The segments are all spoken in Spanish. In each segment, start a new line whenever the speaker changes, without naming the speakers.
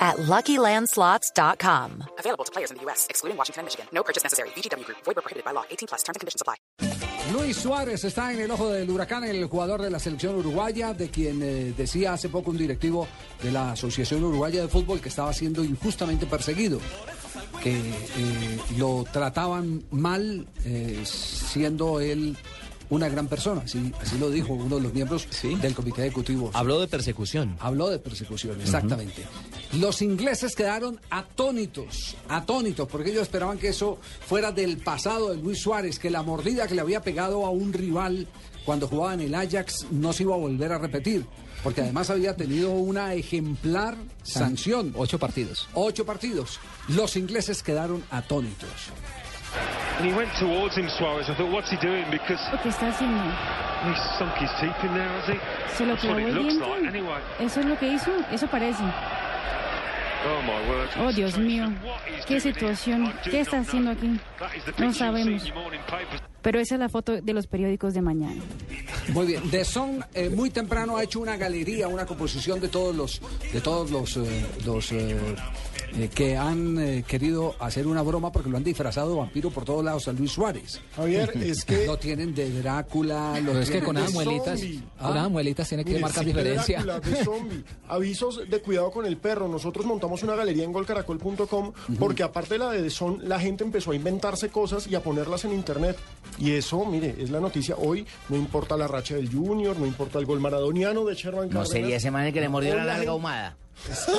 at LuckyLandSlots.com.
Available to players in the U.S., excluding Washington and Michigan. No purchase necessary. VGW Group. Void where prohibited by law. 18 plus. Terms and conditions apply.
Luis Suárez está en el ojo del huracán, el jugador de la selección uruguaya, de quien eh, decía hace poco un directivo de la Asociación Uruguaya de Fútbol que estaba siendo injustamente perseguido, que eh, lo trataban mal eh, siendo él una gran persona, así, así lo dijo uno de los miembros del comité ejecutivo.
Habló de persecución.
Habló de persecución, exactamente. Los ingleses quedaron atónitos, atónitos, porque ellos esperaban que eso fuera del pasado de Luis Suárez, que la mordida que le había pegado a un rival cuando jugaba en el Ajax no se iba a volver a repetir, porque además había tenido una ejemplar sanción.
Ocho partidos.
Ocho partidos. Los ingleses quedaron atónitos.
And he went towards him, Suarez. I thought, what's he doing? Because
lo que está haciendo.
he's sunk his teeth in there, has he?
Se lo
That's what
clavó
it
el
looks
diente.
like, anyway.
Eso es lo que hizo, eso parece.
Oh, my word.
Oh, Dios mío.
What he's doing
Qué
here,
situación.
I do
¿Qué
not
está
know.
haciendo aquí?
That is the
No
picture you'll see in
sabemos.
your morning papers.
Pero esa es la foto de los periódicos de mañana.
Muy bien. De Son eh, muy temprano ha hecho una galería, una composición de todos los, de todos los, eh, los eh, eh, que han eh, querido hacer una broma porque lo han disfrazado de vampiro por todos lados a Luis Suárez.
Javier, es que.
Lo tienen de Drácula, lo
Pero es que
tienen
con
de
las muelitas,
zombie.
con las muelitas tiene que
mire,
marcar
sí,
diferencia.
Drácula, de zombie. Avisos de cuidado con el perro. Nosotros montamos una galería en golcaracol.com porque aparte de la de son, la gente empezó a inventarse cosas y a ponerlas en internet. Y eso, mire, es la noticia hoy. No importa la racha del Junior, no importa el gol maradoniano de Sherman
No
Cárdenas.
sería ese man el que le mordió
Hoy
la
gente-
larga ahumada.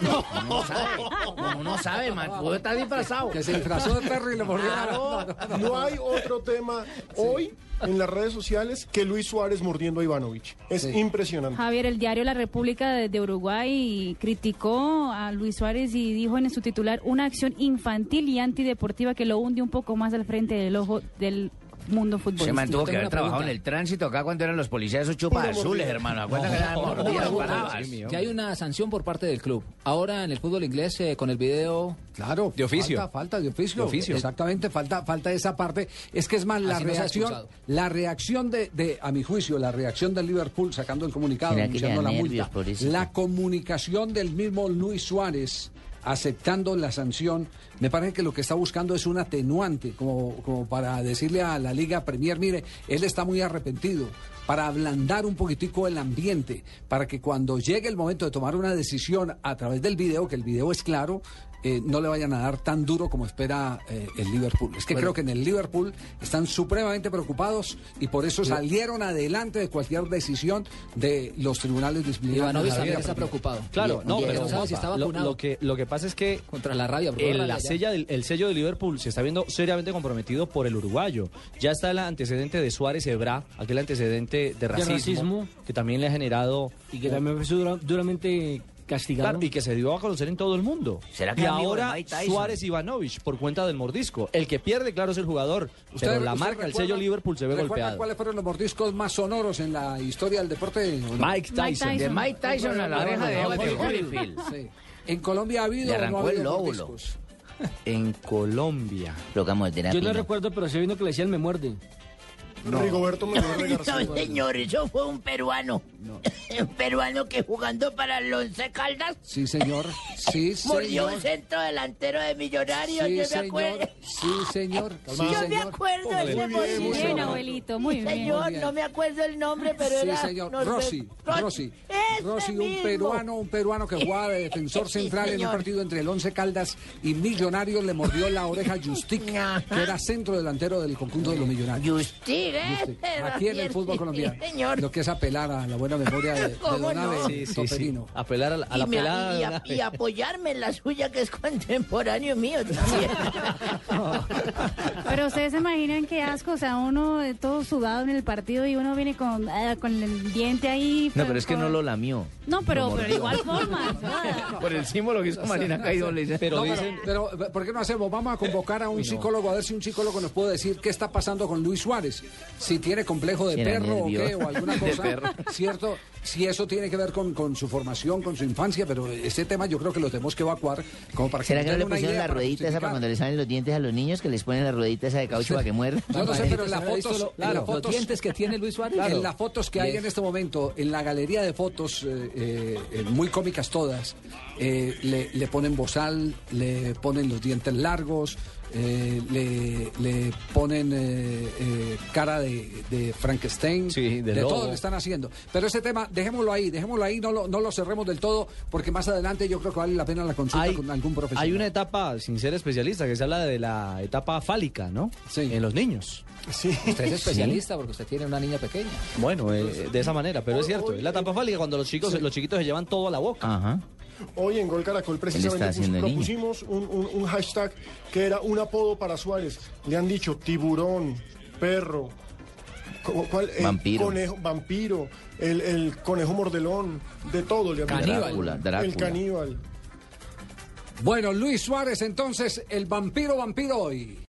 Uno No sabe, uno no sabe, man. Puedo estar disfrazado.
Que se disfrazó de perro y lo mordió.
Claro.
No hay otro tema hoy en las redes sociales que Luis Suárez mordiendo a Ivanovic. Es impresionante.
Javier, el diario La República de, de Uruguay criticó a Luis Suárez y dijo en su titular una acción infantil y antideportiva que lo hunde un poco más al frente del ojo del mundo futbolístico.
Se mantuvo que
tengo
haber
una
trabajado en
pregunta.
el tránsito acá cuando eran los policías esos chupas
Puro
azules,
mordida.
hermano. Acuérdate que eran mordidas, palabras.
Ya hay una sanción por parte del club. Ahora en el fútbol inglés eh, con el video.
Claro.
De oficio.
Falta, falta de oficio.
De oficio.
Exactamente, falta, falta esa parte. Es que es más, la
Así nos ha
reacción,
expulsado.
la reacción de, de, a mi juicio, la reacción del Liverpool sacando el comunicado,
Será que le
anunciando
dan
la
nervios
multa,
por eso.
la comunicación del mismo Luis Suárez aceptando la sanción, me parece que lo que está buscando es un atenuante, como, como para decirle a la Liga Premier, mire, él está muy arrepentido, para ablandar un poquitico el ambiente, para que cuando llegue el momento de tomar una decisión a través del video, que el video es claro, eh, no le vayan a dar tan duro como espera eh, el Liverpool. Es que creo que en el Liverpool están supremamente preocupados y por eso salieron adelante de cualquier decisión de los tribunales disciplinarios.
Ivanovic
de la
también
Liga
está
Premier.
preocupado.
Claro, no,
Porque
pero
no sabe si está
lo,
vacunado.
lo que, lo que pasa es que
Contra la rabia, porque
el,
la
la
rabia ya-
sella del- el sello de Liverpool se está viendo seriamente comprometido por el uruguayo. Ya está el antecedente de Suárez Ebra, aquel antecedente de racismo,
racismo.
que también le ha generado...
Y que también fue dura- duramente castigado.
Claro, y que se dio a conocer en todo el mundo.
¿Será que
y
era amigo de
ahora
Mike Tyson?
Suárez Ivanovich por cuenta del mordisco. El que pierde, claro, es el jugador. Pero
¿Ustedes-
la
ustedes
marca, el
recuerdan-
sello Liverpool se ve
recuerdan
golpeado.
¿Cuáles fueron los mordiscos más sonoros en la historia del deporte? ¿O no?
Mike Tyson.
De Mike Tyson a la oreja de
No,
Holyfield.
no, no. Sí. ¿En Colombia ha habido o
Le
no ha
arrancó el
habido
lóbulo.
mordiscos?
En Colombia.
Lo que vamos a tener
Yo no recuerdo, pero se vino que le decían me muerde.
Rigoberto Mendoza García.
No, señor, eso fue un peruano. Un peruano que jugando para el Once Caldas
Sí, señor. Sí,
mordió
señor.
un centro delantero de Millonarios.
Sí,
Yo me
señor.
acuerdo.
Sí, señor. Sí,
Yo me
señor.
acuerdo ese
Muy bien, muy
mordido.
Bien, abuelito, muy bien.
Señor,
bien.
no me acuerdo el nombre, pero
Sí,
era...
señor.
Norbe-
Rossi, Rossi.
¡Ese
Rossi, un
mismo!
peruano, un peruano que jugaba de defensor
Sí,
central en un
señor.
partido entre el Once Caldas y Millonarios, le mordió la oreja a Justic, que
Ajá.
era centro delantero del conjunto de los Millonarios.
Justic, decir, ¿eh?
Aquí en el
Javier,
fútbol
sí,
colombiano,
señor.
lo que es apelar a la buena memoria de, de
¿Cómo
Don
no?
Abe
Sí, sí, sí.
Topperino.
Apelar a la, a la
y, me-
pelada.
y
de
a-
una
y
vez.
apoyarme en la suya que es contemporáneo mío también.
Pero ustedes se imaginan qué asco, o sea, uno eh, todo sudado en el partido y uno viene con, ah, con el diente ahí.
No,
con-
pero es que no
con-
lo lamió.
No,
Lo
pero, pero de
mordió.
igual forma. ¿no?
Por el símbolo que hizo Marina Caído le dice.
Pero
No, pero-
dicen,
pero, ¿por qué no hacemos? Vamos a convocar a un psicólogo, a ver si un psicólogo nos puede decir qué está pasando con Luis Suárez. Si tiene complejo de
Si era
perro o
nervio.
qué, o alguna
De
cosa.
perro.
¿Cierto? Si eso tiene que ver con, con su formación, con su infancia, pero este tema yo creo que lo tenemos que evacuar como para que
¿Será
nos
que no
den
le
una
pusieron
idea
la
para
ruedita esa para
justificar.
cuando le salen los dientes a los niños? Que les ponen la ruedita esa de caucho para que muerdan.
Yo no sé, pero en las
¿Habrá visto
fotos,
lo-
en las
claro, los
fotos-
dientes que tiene Luis Suárez.
En las fotos que hay
Yes.
en este momento, en la galería de fotos, eh, eh, eh, muy cómicas todas, eh, le, le ponen bozal, le ponen los dientes largos, eh, le, le ponen eh, eh, cara de, de Frankenstein,
Sí, de
todo
lobo.
le están haciendo. Pero ese tema, dejémoslo ahí, dejémoslo ahí, no lo, no lo cerremos del todo, porque más adelante yo creo que vale la pena la consulta
hay,
con algún profesional.
hay una etapa, sin ser especialista, que se habla de la etapa fálica, ¿no?
Sí.
En los niños.
Sí.
Usted es especialista porque usted tiene una niña pequeña.
Bueno, eh, de esa manera, pero es cierto. Es la etapa fálica cuando los chicos, los chiquitos se llevan todo a la boca.
Ah.
Ajá.
Hoy en Gol
Él
Caracol
está
precisamente
haciendo el niño.
propusimos un, un- un hashtag que era un apodo para Suárez. Le han dicho tiburón, perro, co- ¿cuál? El
Vampiro.
conejo- vampiro, el, el conejo mordelón, de todo le han dicho.
Drácula, Drácula.
El caníbal.
Bueno, Luis Suárez, entonces, el vampiro vampiro hoy.